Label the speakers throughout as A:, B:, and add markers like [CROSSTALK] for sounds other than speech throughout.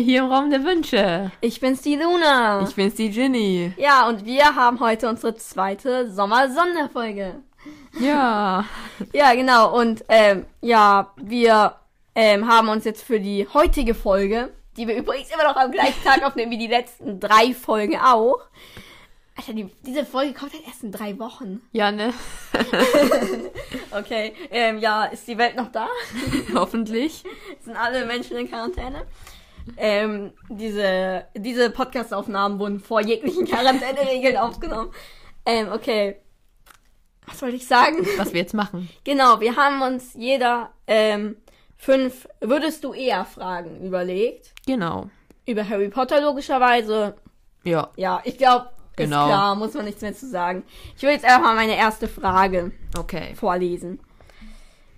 A: hier im Raum der Wünsche.
B: Ich bin's die Luna.
A: Ich bin's die Ginny.
B: ja, und wir haben heute unsere zweite Sommer-Sonderfolge.
A: Ja.
B: Ja, genau. Und ähm, ja, wir ähm, haben uns jetzt für die heutige Folge, die wir übrigens immer noch am gleichen Tag aufnehmen wie die letzten drei Folgen auch. Alter, die, diese Folge kommt halt erst in drei Wochen.
A: Ja, ne?
B: Okay, ähm, ja, ist die Welt noch da?
A: [LAUGHS] Hoffentlich.
B: Sind alle Menschen in Quarantäne? Ähm, diese, diese Podcast-Aufnahmen wurden vor jeglichen Quarantäneregeln aufgenommen. Ähm, okay. Was wollte ich sagen?
A: Was wir jetzt machen.
B: Genau, wir haben uns jeder ähm, fünf Würdest du eher Fragen überlegt.
A: Genau.
B: Über Harry Potter logischerweise.
A: Ja.
B: Ja, ich glaube,
A: Genau.
B: ist klar, muss man nichts mehr zu sagen. Ich will jetzt einfach mal meine erste Frage
A: Okay.
B: vorlesen.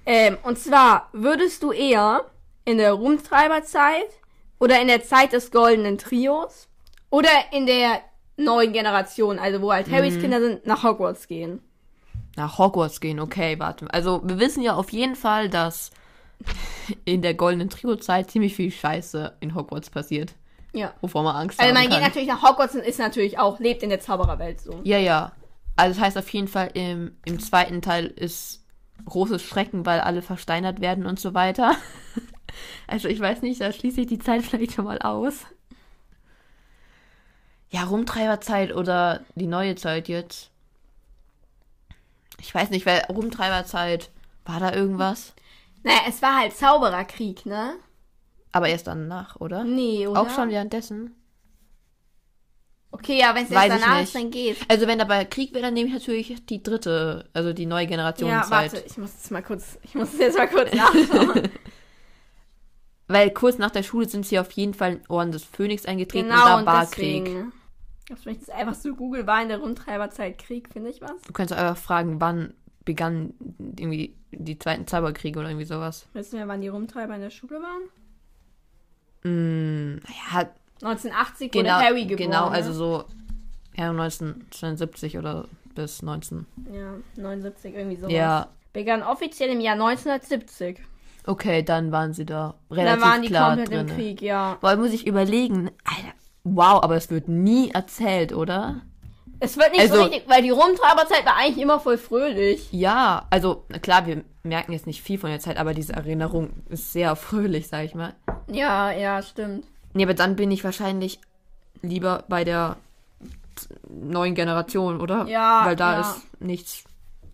B: Ähm, und zwar, würdest du eher in der Rumtreiberzeit oder in der Zeit des goldenen Trios oder in der neuen Generation, also wo halt Harrys Kinder sind, nach Hogwarts gehen?
A: Nach Hogwarts gehen. Okay, warte. Also, wir wissen ja auf jeden Fall, dass [LAUGHS] in der goldenen Trio-Zeit ziemlich viel Scheiße in Hogwarts passiert.
B: Ja.
A: Wovor man Angst
B: Also
A: haben
B: man
A: kann.
B: geht natürlich nach Hogwarts und ist natürlich auch, lebt in der Zaubererwelt so.
A: Ja, ja. Also das heißt auf jeden Fall, im, im zweiten Teil ist großes Schrecken, weil alle versteinert werden und so weiter. [LAUGHS] Also ich weiß nicht, da schließe ich die Zeit [LAUGHS] vielleicht schon mal aus. Ja, Rumtreiberzeit oder die neue Zeit jetzt. Ich weiß nicht, weil Rumtreiberzeit war da irgendwas.
B: Naja, es war halt Zaubererkrieg, ne?
A: Aber erst danach, oder?
B: Nee, oder?
A: Auch schon währenddessen.
B: Okay, ja, wenn es
A: Weiß
B: jetzt
A: ich
B: danach
A: nicht.
B: ist, dann geht's.
A: Also wenn dabei Krieg wäre, dann nehme ich natürlich die dritte, also die neue
B: Ja,
A: Generationszeit.
B: warte, ich muss jetzt mal kurz, ich muss es jetzt mal [LAUGHS] kurz nachschauen.
A: Weil kurz nach der Schule sind sie auf jeden Fall in den Orden des Phönix eingetreten
B: genau,
A: und
B: und
A: da war Krieg.
B: deswegen. Ob ich jetzt einfach so Google war in der Rundtreiberzeit Krieg, finde ich was?
A: Du kannst einfach fragen, wann begann irgendwie die zweiten Zauberkriege oder irgendwie sowas.
B: Wissen wir, wann die Rumtreiber in der Schule waren?
A: Mm, ja,
B: 1980 wurde
A: genau,
B: Harry geboren.
A: genau, also
B: ne?
A: so ja, 1972 oder bis 19.
B: Ja, 79, irgendwie sowas.
A: Ja,
B: Begann offiziell im Jahr 1970.
A: okay, dann waren sie da
B: Und
A: relativ
B: dann waren die
A: klar
B: komplett
A: drin.
B: im Krieg, ja.
A: Weil muss ich überlegen, Alter, wow, aber es wird nie erzählt, oder?
B: Es wird nicht so
A: Also-
B: richtig, weil die Rumtreiberzeit war eigentlich immer voll fröhlich.
A: Ja, also na klar, wir merken jetzt nicht viel von der Zeit, aber diese Erinnerung ist sehr [LAUGHS] fröhlich, sag ich mal.
B: Ja, ja, stimmt.
A: Nee, aber dann bin ich wahrscheinlich lieber bei der neuen Generation, oder?
B: Ja,
A: Weil da
B: ja.
A: ist nichts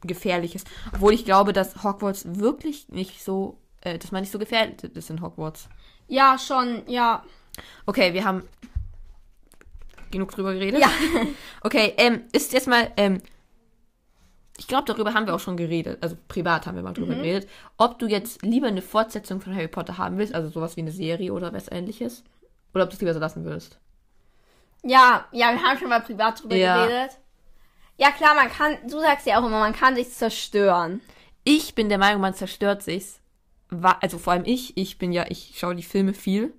A: Gefährliches. Obwohl ich glaube, dass Hogwarts wirklich nicht so, äh, dass man nicht so gefährdet ist in Hogwarts.
B: Ja, schon, ja.
A: Okay, wir haben genug drüber geredet.
B: Ja.
A: [LAUGHS] Okay, ähm, ist jetzt mal, ähm, ich glaube, darüber haben wir auch schon geredet. Also privat haben wir mal
B: Mhm.
A: drüber geredet. Ob du jetzt lieber eine Fortsetzung von Harry Potter haben willst, also sowas wie eine Serie oder was ähnliches. Oder ob du es lieber so lassen würdest.
B: Ja, ja, wir haben schon mal privat drüber
A: Ja.
B: geredet. Ja, klar, man kann, du sagst ja auch immer, man kann sich zerstören.
A: Ich bin der Meinung, man zerstört sich's. Wa- Also vor allem ich, ich bin ja, ich schaue die Filme viel.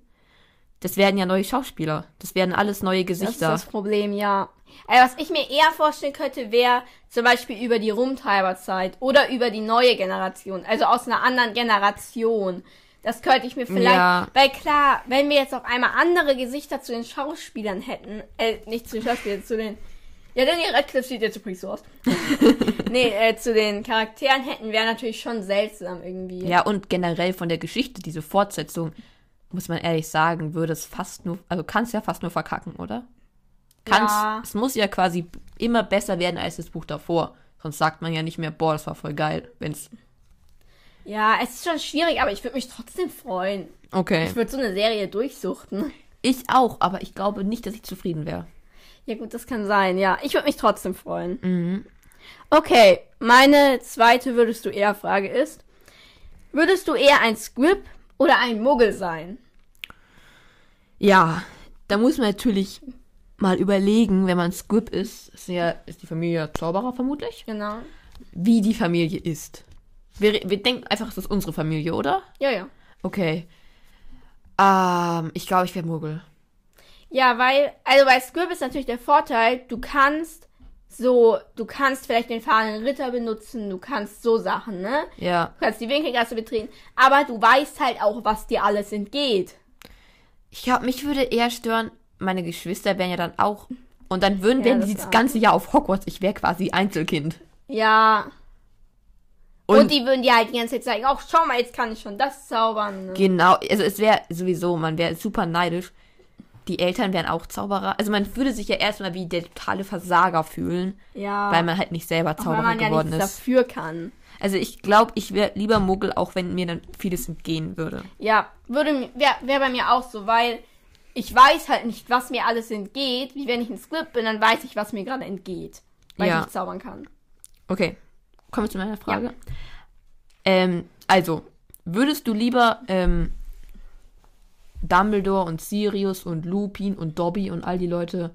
A: Das werden ja neue Schauspieler. Das werden alles neue
B: Das ist
A: Gesichter.
B: das Problem, ja. Also, was ich mir eher vorstellen könnte, wäre zum Beispiel über die Rumtreiberzeit oder über die neue Generation, also aus einer anderen Generation. Das könnte ich mir vielleicht,
A: Ja.
B: weil klar, wenn wir jetzt auf einmal andere Gesichter zu den Schauspielern hätten, äh, nicht zu den Schauspielern, zu den, ja, Daniel Radcliffe sieht jetzt übrigens so
A: [LAUGHS]
B: aus. nee, äh, zu den Charakteren hätten, wäre natürlich schon seltsam irgendwie.
A: ja, und generell von der Geschichte, diese Fortsetzung, muss man ehrlich sagen, würde es fast nur, also kann's ja fast nur verkacken, oder? Kann's,
B: Ja.
A: es muss ja quasi immer besser werden als das Buch davor. Sonst sagt man ja nicht mehr, boah, das war voll geil, wenn's.
B: Ja, es ist schon schwierig, aber ich würde mich trotzdem freuen.
A: Okay.
B: Ich würde so eine Serie durchsuchten.
A: Ich auch, aber ich glaube nicht, dass ich zufrieden wäre.
B: Ja gut, das kann sein, ja. Ich würde mich trotzdem freuen. Okay, meine zweite würdest du eher Frage ist, würdest du eher ein Squib oder ein Muggel sein?
A: Ja, da muss man natürlich mal überlegen, wenn man Squib ist, ist, ja, ist die Familie ja Zauberer vermutlich,
B: Genau.
A: wie die Familie ist. Wir, wir denken einfach, es ist unsere Familie, oder?
B: Ja, ja.
A: Okay. Ähm, ich glaube, ich wäre Muggel.
B: Ja, weil, also bei Squib ist natürlich der Vorteil, du kannst so, du kannst vielleicht den fahrenden Ritter benutzen, du kannst so Sachen, ne?
A: Ja.
B: Du kannst die Winkelgasse betreten, aber du weißt halt auch, was dir alles entgeht.
A: Ich glaube, mich würde eher stören, meine Geschwister wären ja dann auch. Und dann würden,
B: Ja,
A: wären
B: das
A: die das
B: war-
A: ganze Jahr auf Hogwarts. Ich wäre quasi Einzelkind.
B: Ja.
A: Und-
B: Und, die würden dir halt die ganze Zeit sagen, ach, schau mal, jetzt kann ich schon das zaubern. Ne?
A: Genau, also es wäre sowieso, man wäre super neidisch. Die Eltern wären auch Zauberer. Also man würde sich ja erstmal wie der totale Versager fühlen,
B: Ja.
A: weil man halt nicht selber
B: auch weil
A: Zauberer
B: man ja
A: geworden
B: nichts
A: ist.
B: dafür kann.
A: Also ich glaube, ich wäre lieber Muggel, auch wenn mir dann vieles entgehen würde.
B: Ja, würde wäre wär bei mir auch so, weil ich weiß halt nicht, was mir alles entgeht. Wie wenn ich ein Skript bin, dann weiß ich, was mir gerade entgeht. Weil
A: Ja.
B: ich nicht zaubern kann.
A: Okay, kommen wir zu meiner Frage. Ähm, also, würdest du lieber ähm, Dumbledore und Sirius und Lupin und Dobby und all die Leute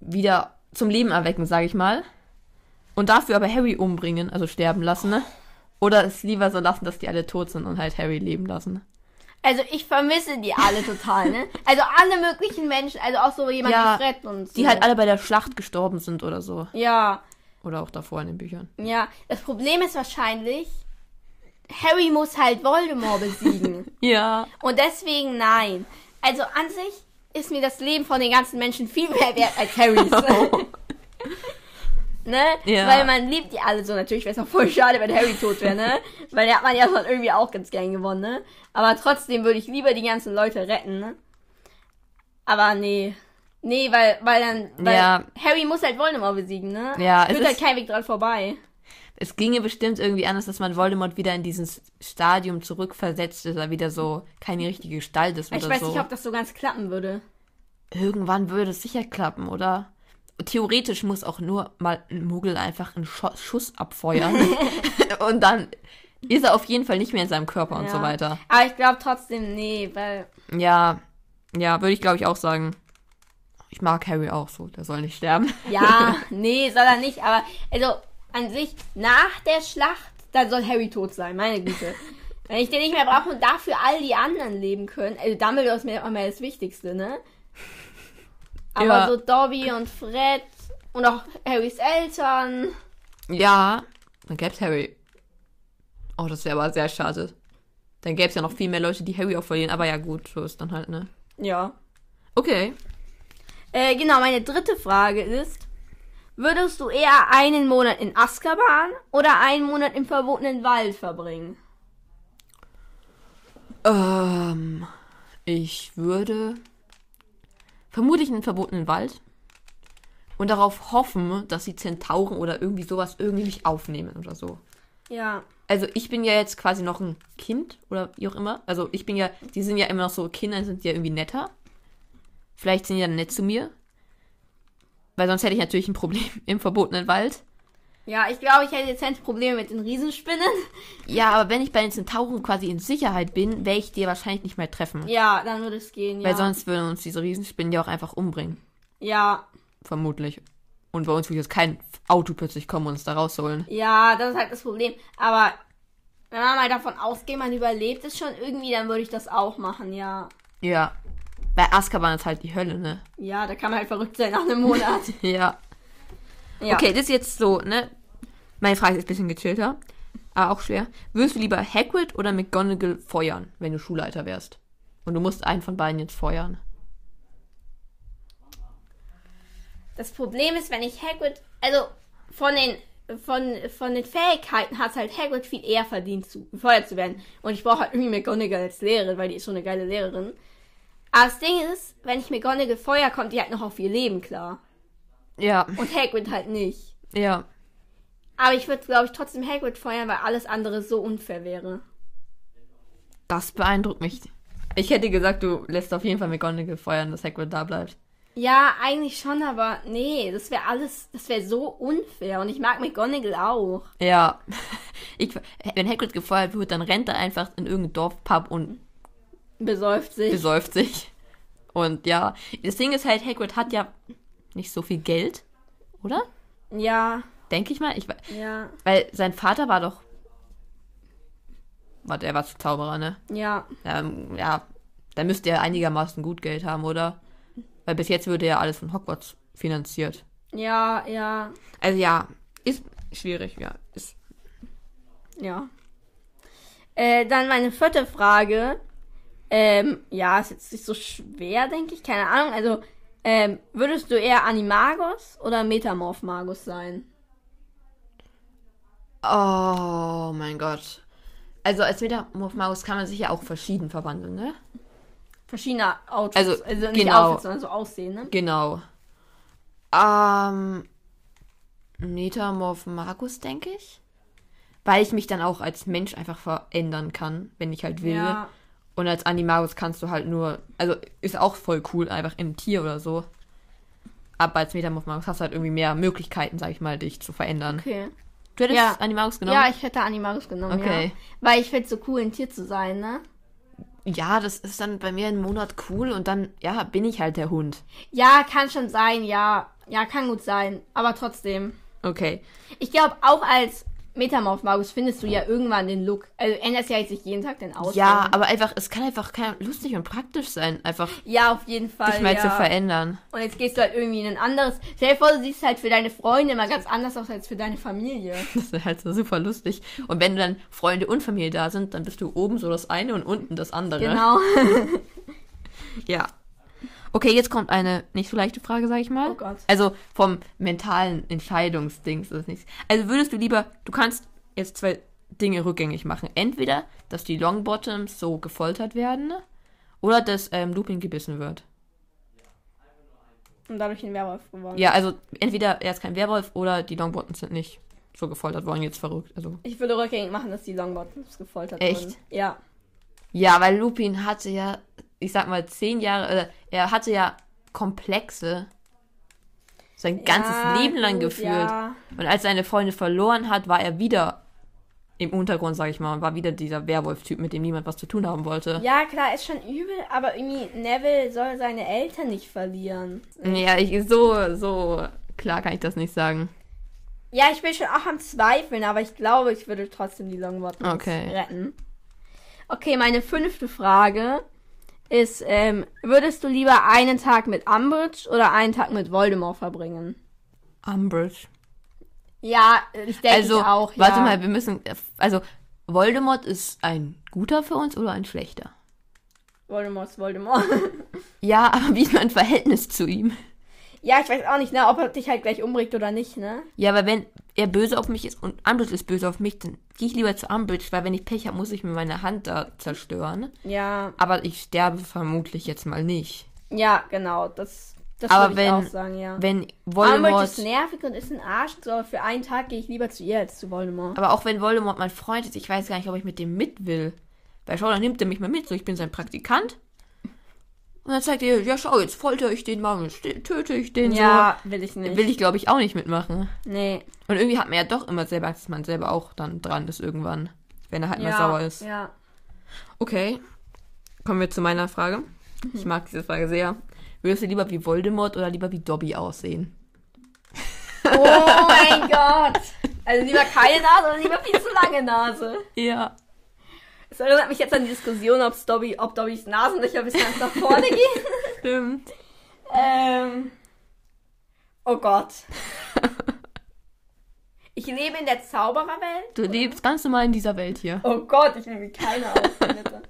A: wieder zum Leben erwecken, sage ich mal, und dafür aber Harry umbringen, also sterben lassen, ne? Oder es lieber so lassen, dass die alle tot sind und halt Harry leben lassen?
B: Also ich vermisse die alle
A: [LAUGHS]
B: total, ne? Also alle möglichen Menschen, also auch so jemand
A: Ja,
B: wie Fred und so.
A: Die halt alle bei der Schlacht gestorben sind oder so.
B: Ja,
A: Oder auch davor in den Büchern.
B: ja. Das Problem ist wahrscheinlich, Harry muss halt Voldemort besiegen.
A: Ja.
B: Und deswegen nein. Also an sich ist mir das Leben von den ganzen Menschen viel mehr wert
A: [LAUGHS]
B: als Harrys. ne?
A: Ja.
B: Weil man liebt die alle so. Natürlich wäre es auch voll schade, wenn Harry tot wäre, ne? Weil der hat man ja schon irgendwie auch ganz gern gewonnen, ne? Aber trotzdem würde ich lieber die ganzen Leute retten, ne? Aber nee. Nee, weil, weil dann. Weil
A: Ja.
B: Harry muss halt Voldemort besiegen, ne?
A: Ja, es
B: Führt halt
A: ist-
B: kein Weg dran vorbei.
A: Es ginge bestimmt irgendwie anders, dass man Voldemort wieder in dieses Stadium zurückversetzt, dass er wieder so keine richtige Gestalt ist oder
B: Ich weiß
A: so.
B: nicht, ob das so ganz klappen würde.
A: Irgendwann würde es sicher klappen, oder? Theoretisch muss auch nur mal ein Muggel einfach einen Scho Schuss
B: [LAUGHS]
A: abfeuern. und dann ist er auf jeden Fall nicht mehr in seinem Körper und so
B: Ja.
A: weiter.
B: Aber ich glaube trotzdem, nee, weil.
A: Ja, ja, würde ich glaube ich auch sagen. Ich mag Harry auch so, der soll nicht sterben.
B: Ja, nee, soll er nicht, aber also an sich nach der Schlacht, dann soll Harry tot sein, meine [LAUGHS] Güte. Wenn ich den nicht mehr brauche und dafür all die anderen leben können, also Dumbledore ist mir immer das Wichtigste, ne? Aber
A: Ja.
B: so Dobby und Fred und auch Harrys Eltern,
A: Ja, dann gäb's Harry. Oh, das wäre aber sehr schade. Dann gäb's ja noch viel mehr Leute, die Harry auch verlieren. Aber ja, gut, so ist dann halt, ne?
B: ja.
A: Okay.
B: Äh, genau, meine dritte Frage ist, würdest du eher einen Monat in Azkaban oder einen Monat im verbotenen Wald verbringen?
A: Ähm, ich würde vermutlich in den verbotenen Wald und darauf hoffen, dass die Zentauren oder irgendwie sowas irgendwie nicht aufnehmen oder so.
B: Ja.
A: Also ich bin ja jetzt quasi noch ein Kind oder wie auch immer. Also ich bin ja, die sind ja immer noch so Kinder, sind ja irgendwie netter. Vielleicht sind die dann nett zu mir. Weil sonst hätte ich natürlich ein Problem [LAUGHS] im verbotenen Wald.
B: Ja, ich glaube, ich hätte jetzt Probleme mit den Riesenspinnen.
A: Ja, aber wenn ich bei den Zentauren quasi in Sicherheit bin, werde ich die wahrscheinlich nicht mehr treffen.
B: Ja, dann würde es gehen, ja.
A: Weil sonst würden uns diese Riesenspinnen ja auch einfach umbringen.
B: ja,
A: Vermutlich. Und bei uns würde jetzt kein Auto plötzlich kommen und uns da rausholen.
B: ja, das ist halt das Problem. Aber wenn man mal davon ausgeht, man überlebt es schon irgendwie, dann würde ich das auch machen, ja.
A: Ja. Bei Azkaban ist halt die Hölle, ne? [LAUGHS]
B: Ja, da kann man halt verrückt sein nach einem Monat.
A: Ja.
B: Ja.
A: Okay, das ist jetzt so, ne? Meine Frage ist ein bisschen gechillter, aber auch schwer. Würdest du lieber Hagrid oder McGonagall feuern, wenn du Schulleiter wärst? Und du musst einen von beiden jetzt feuern.
B: Das Problem ist, wenn ich Hagrid, also von den von, von den Fähigkeiten hat halt Hagrid viel eher verdient, zu, gefeuert zu werden. Und ich brauche halt irgendwie McGonagall als Lehrerin, weil die ist schon eine geile Lehrerin. Aber das Ding ist, wenn ich McGonagall feuer, kommt die halt noch auf ihr Leben klar.
A: Ja,
B: Und Hagrid halt nicht.
A: ja.
B: Aber ich würde, glaube ich, trotzdem Hagrid feuern, weil alles andere so unfair wäre.
A: Das beeindruckt mich. Ich hätte gesagt, du lässt auf jeden Fall McGonagall feuern, dass Hagrid da bleibt.
B: Ja, eigentlich schon, aber nee, das wäre alles, das wäre so unfair. Und ich mag McGonagall auch.
A: Ja. [LAUGHS] Ich, wenn Hagrid gefeuert wird, dann rennt er einfach in irgendeinen Dorfpub und
B: Besäuft sich.
A: besäuft sich. Und ja, das Ding ist halt, Hagrid hat ja nicht so viel Geld, oder?
B: ja,
A: Denke ich mal. Ich, we-
B: ja,
A: Weil sein Vater war doch. Warte, er war zu Zauberer, ne?
B: ja.
A: Ähm, ja, dann müsste er einigermaßen gut Geld haben, oder? Weil bis jetzt würde ja alles von Hogwarts finanziert.
B: Ja, ja,
A: Also ja, ist schwierig, ja. Ist.
B: ja. Äh, dann meine vierte Frage. Ähm, ja, ist jetzt nicht so schwer, denke ich. Keine Ahnung. Also, ähm, würdest du eher Animagus oder Metamorph Magus sein?
A: Oh mein Gott. Also als Metamorph Magus kann man sich ja auch verschieden verwandeln, ne?
B: Verschiedene Outfits.
A: Also,
B: nicht
A: genau.
B: Outfits, sondern so Aussehen, ne?
A: Genau. Ähm, Metamorph Magus, denke ich. Weil ich mich dann auch als Mensch einfach verändern kann, wenn ich halt will.
B: Ja.
A: Und als Animagus kannst du halt nur, also ist auch voll cool, einfach im Tier oder so. Aber als Metamorph Magus hast du halt irgendwie mehr Möglichkeiten, sag ich mal, dich zu verändern.
B: Okay.
A: Du hättest
B: Ja.
A: Animagus genommen?
B: Ja, ich hätte Animagus genommen, okay.
A: Okay.
B: ja. Weil ich find's so cool, ein Tier zu sein, ne?
A: Ja, das ist dann bei mir einen Monat cool und dann, ja, bin ich halt der Hund.
B: Ja, kann schon sein, ja. Ja, kann gut sein. Aber trotzdem.
A: Okay.
B: Ich glaube, auch als Metamorph Magus findest du ja irgendwann den Look. Also änderst ja jetzt nicht jeden Tag den Aussehen.
A: Ja, aber einfach, es kann einfach keine, lustig und praktisch sein, einfach
B: Ja, auf jeden Fall.
A: dich mal
B: ja.
A: zu verändern. [LAUGHS]
B: Und jetzt gehst du halt irgendwie in ein anderes. Stell dir vor, du siehst halt für deine Freunde immer ganz anders aus als für
A: [LAUGHS]
B: deine Familie.
A: Das ist halt so super lustig. Und wenn dann Freunde und Familie da sind, dann bist du oben so das eine und unten das andere.
B: Genau. [LAUGHS]
A: Ja. Okay, jetzt kommt eine nicht so leichte Frage, sag ich mal.
B: Oh Gott.
A: Also vom mentalen Entscheidungsdings ist nichts. Also würdest du lieber, du kannst jetzt zwei Dinge rückgängig machen. Entweder, dass die Longbottoms so gefoltert werden oder dass ähm, Lupin gebissen wird.
B: Und dadurch den Werwolf geworden.
A: Ja, also entweder er ist kein Werwolf oder die Longbottoms sind nicht so gefoltert worden. Jetzt verrückt. Also
B: Ich würde rückgängig machen, dass die Longbottoms gefoltert
A: Echt?
B: wurden. Ja.
A: Ja, weil Lupin hatte ja, ich sag mal, zehn Jahre, äh, er hatte ja Komplexe sein ganzes
B: ja,
A: Leben lang
B: gut,
A: gefühlt.
B: Ja.
A: Und als seine Freunde verloren hat, war er wieder im Untergrund, sag ich mal, und war wieder dieser Werwolf-Typ, mit dem niemand was zu tun haben wollte.
B: ja, klar, ist schon übel, aber irgendwie Neville soll seine Eltern nicht verlieren.
A: Ja, ich, so, so klar kann ich das nicht sagen.
B: Ja, ich bin schon auch am Zweifeln, aber ich glaube, ich würde trotzdem die Longbottoms
A: Okay.
B: retten. Okay, meine fünfte Frage ist, ähm, würdest du lieber einen Tag mit Umbridge oder einen Tag mit Voldemort verbringen?
A: Umbridge.
B: Ja, äh, ich denke
A: Also,
B: ich auch.
A: warte
B: ja.
A: mal, wir müssen, also, Voldemort ist ein guter für uns oder ein schlechter?
B: Voldemort ist Voldemort. [LAUGHS]
A: Ja, [LAUGHS] aber wie ist mein Verhältnis zu ihm?
B: ja, ich weiß auch nicht, ne, ob er dich halt gleich umbringt oder nicht, ne?
A: Ja, aber wenn er böse auf mich ist und Umbridge ist böse auf mich, dann gehe ich lieber zu Umbridge, weil wenn ich Pech habe, muss ich mir meine Hand da zerstören.
B: Ja,
A: Aber ich sterbe vermutlich jetzt mal nicht.
B: ja, genau. Das, das
A: Aber
B: würde ich
A: wenn-
B: auch sagen, ja.
A: Wenn
B: Umbridge
A: Voldemort...
B: ist nervig und ist ein Arsch, so, aber für einen Tag gehe ich lieber zu ihr als zu Voldemort.
A: Aber auch wenn Voldemort mein Freund ist, ich weiß gar nicht, ob ich mit dem mit will. Weil schau, dann nimmt er mich mal mit, so ich bin sein Praktikant. Und dann zeigt er, ja schau, jetzt folter ich den mal, jetzt töte ich den
B: Ja, will ich
A: so.
B: nicht.
A: Will ich, glaube ich, auch nicht mitmachen.
B: nee.
A: Und irgendwie hat man ja doch immer selber Angst, dass man selber auch dann dran ist irgendwann. Wenn er halt mal sauer ist.
B: Ja.
A: Okay, kommen wir zu meiner Frage.
B: Mhm.
A: Ich mag diese Frage sehr. Würdest du lieber wie Voldemort oder lieber wie Dobby aussehen?
B: Oh
A: [LAUGHS]
B: mein Gott. Also lieber keine Nase oder lieber viel zu lange Nase.
A: Ja.
B: Es erinnert mich jetzt an die Diskussion, ob's Dobby, ob Dobbys Nasenlöcher bis ganz nach vorne gehen.
A: [LAUGHS] Stimmt.
B: Ähm. Oh Gott. Ich lebe in der Zaubererwelt.
A: Du lebst ganz normal in dieser Welt hier.
B: Oh Gott, ich nehme keine Ausschnitte.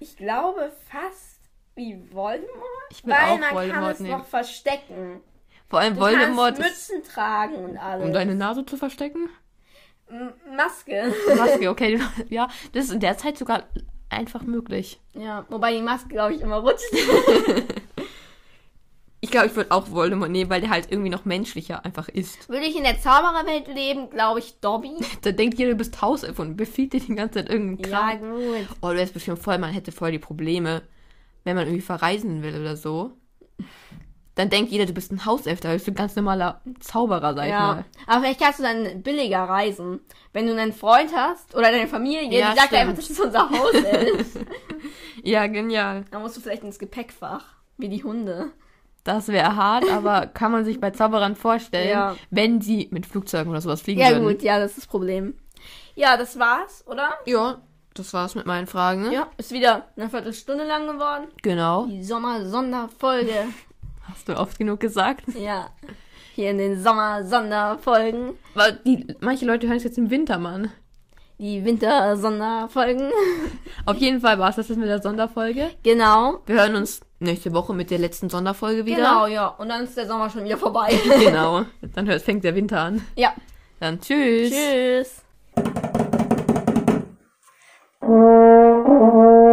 B: Ich glaube fast wie Voldemort,
A: Ich will
B: weil
A: auch
B: man kann
A: Voldemort
B: es
A: nehmen.
B: noch verstecken.
A: Vor allem
B: Du
A: Voldemort
B: kannst
A: ist,
B: Mützen tragen und alles.
A: um deine Nase zu verstecken.
B: M-
A: [LAUGHS]
B: Maske.
A: Maske, okay. du- Ja, das ist in der Zeit sogar einfach möglich.
B: Ja, wobei die Maske, glaube ich, immer rutscht. [LAUGHS]
A: Ich glaube, ich würde auch Voldemort nehmen, weil der halt irgendwie noch menschlicher einfach ist.
B: Würde ich in der Zaubererwelt leben, glaube ich, Dobby.
A: Da denkt jeder, du bist Hauself und befiehlt dir die ganze Zeit irgendeinen Kram.
B: gut.
A: Oh, du wärst bestimmt voll, man hätte voll die Probleme, wenn man irgendwie verreisen will oder so. Dann denkt jeder, du bist ein Hauself, da bist du ein ganz normaler Zauberer, sag ich
B: Ja,
A: mal.
B: aber vielleicht kannst du dann billiger reisen. Wenn du einen Freund hast oder deine Familie,
A: Ja,
B: die sagt
A: stimmt.
B: einfach, das ist unser Haus. ey.
A: [LAUGHS] Ja, genial.
B: dann musst du vielleicht ins Gepäckfach, wie die Hunde.
A: Das wäre hart, aber kann man sich bei Zauberern vorstellen,
B: Ja.
A: wenn sie mit Flugzeugen oder sowas fliegen
B: Ja
A: würden.
B: gut, ja, das ist das Problem. Ja, das war's, oder?
A: Ja, das war's mit meinen Fragen.
B: Ja, ist wieder eine Viertelstunde lang geworden.
A: Genau.
B: Die Sommer-Sonderfolge.
A: Hast du oft genug gesagt.
B: ja, hier in den Sommer-Sonderfolgen.
A: Weil die, manche Leute hören es jetzt im Winter, Mann.
B: die Wintersonderfolgen. [LAUGHS]
A: Auf jeden Fall war es das jetzt mit der Sonderfolge.
B: Genau.
A: Wir hören uns nächste Woche mit der letzten Sonderfolge
B: Genau,
A: wieder.
B: ja. Und dann ist der Sommer schon wieder vorbei. [LAUGHS]
A: Genau. Dann hört, fängt der Winter an.
B: ja.
A: Dann tschüss.
B: Tschüss.
C: Thank you.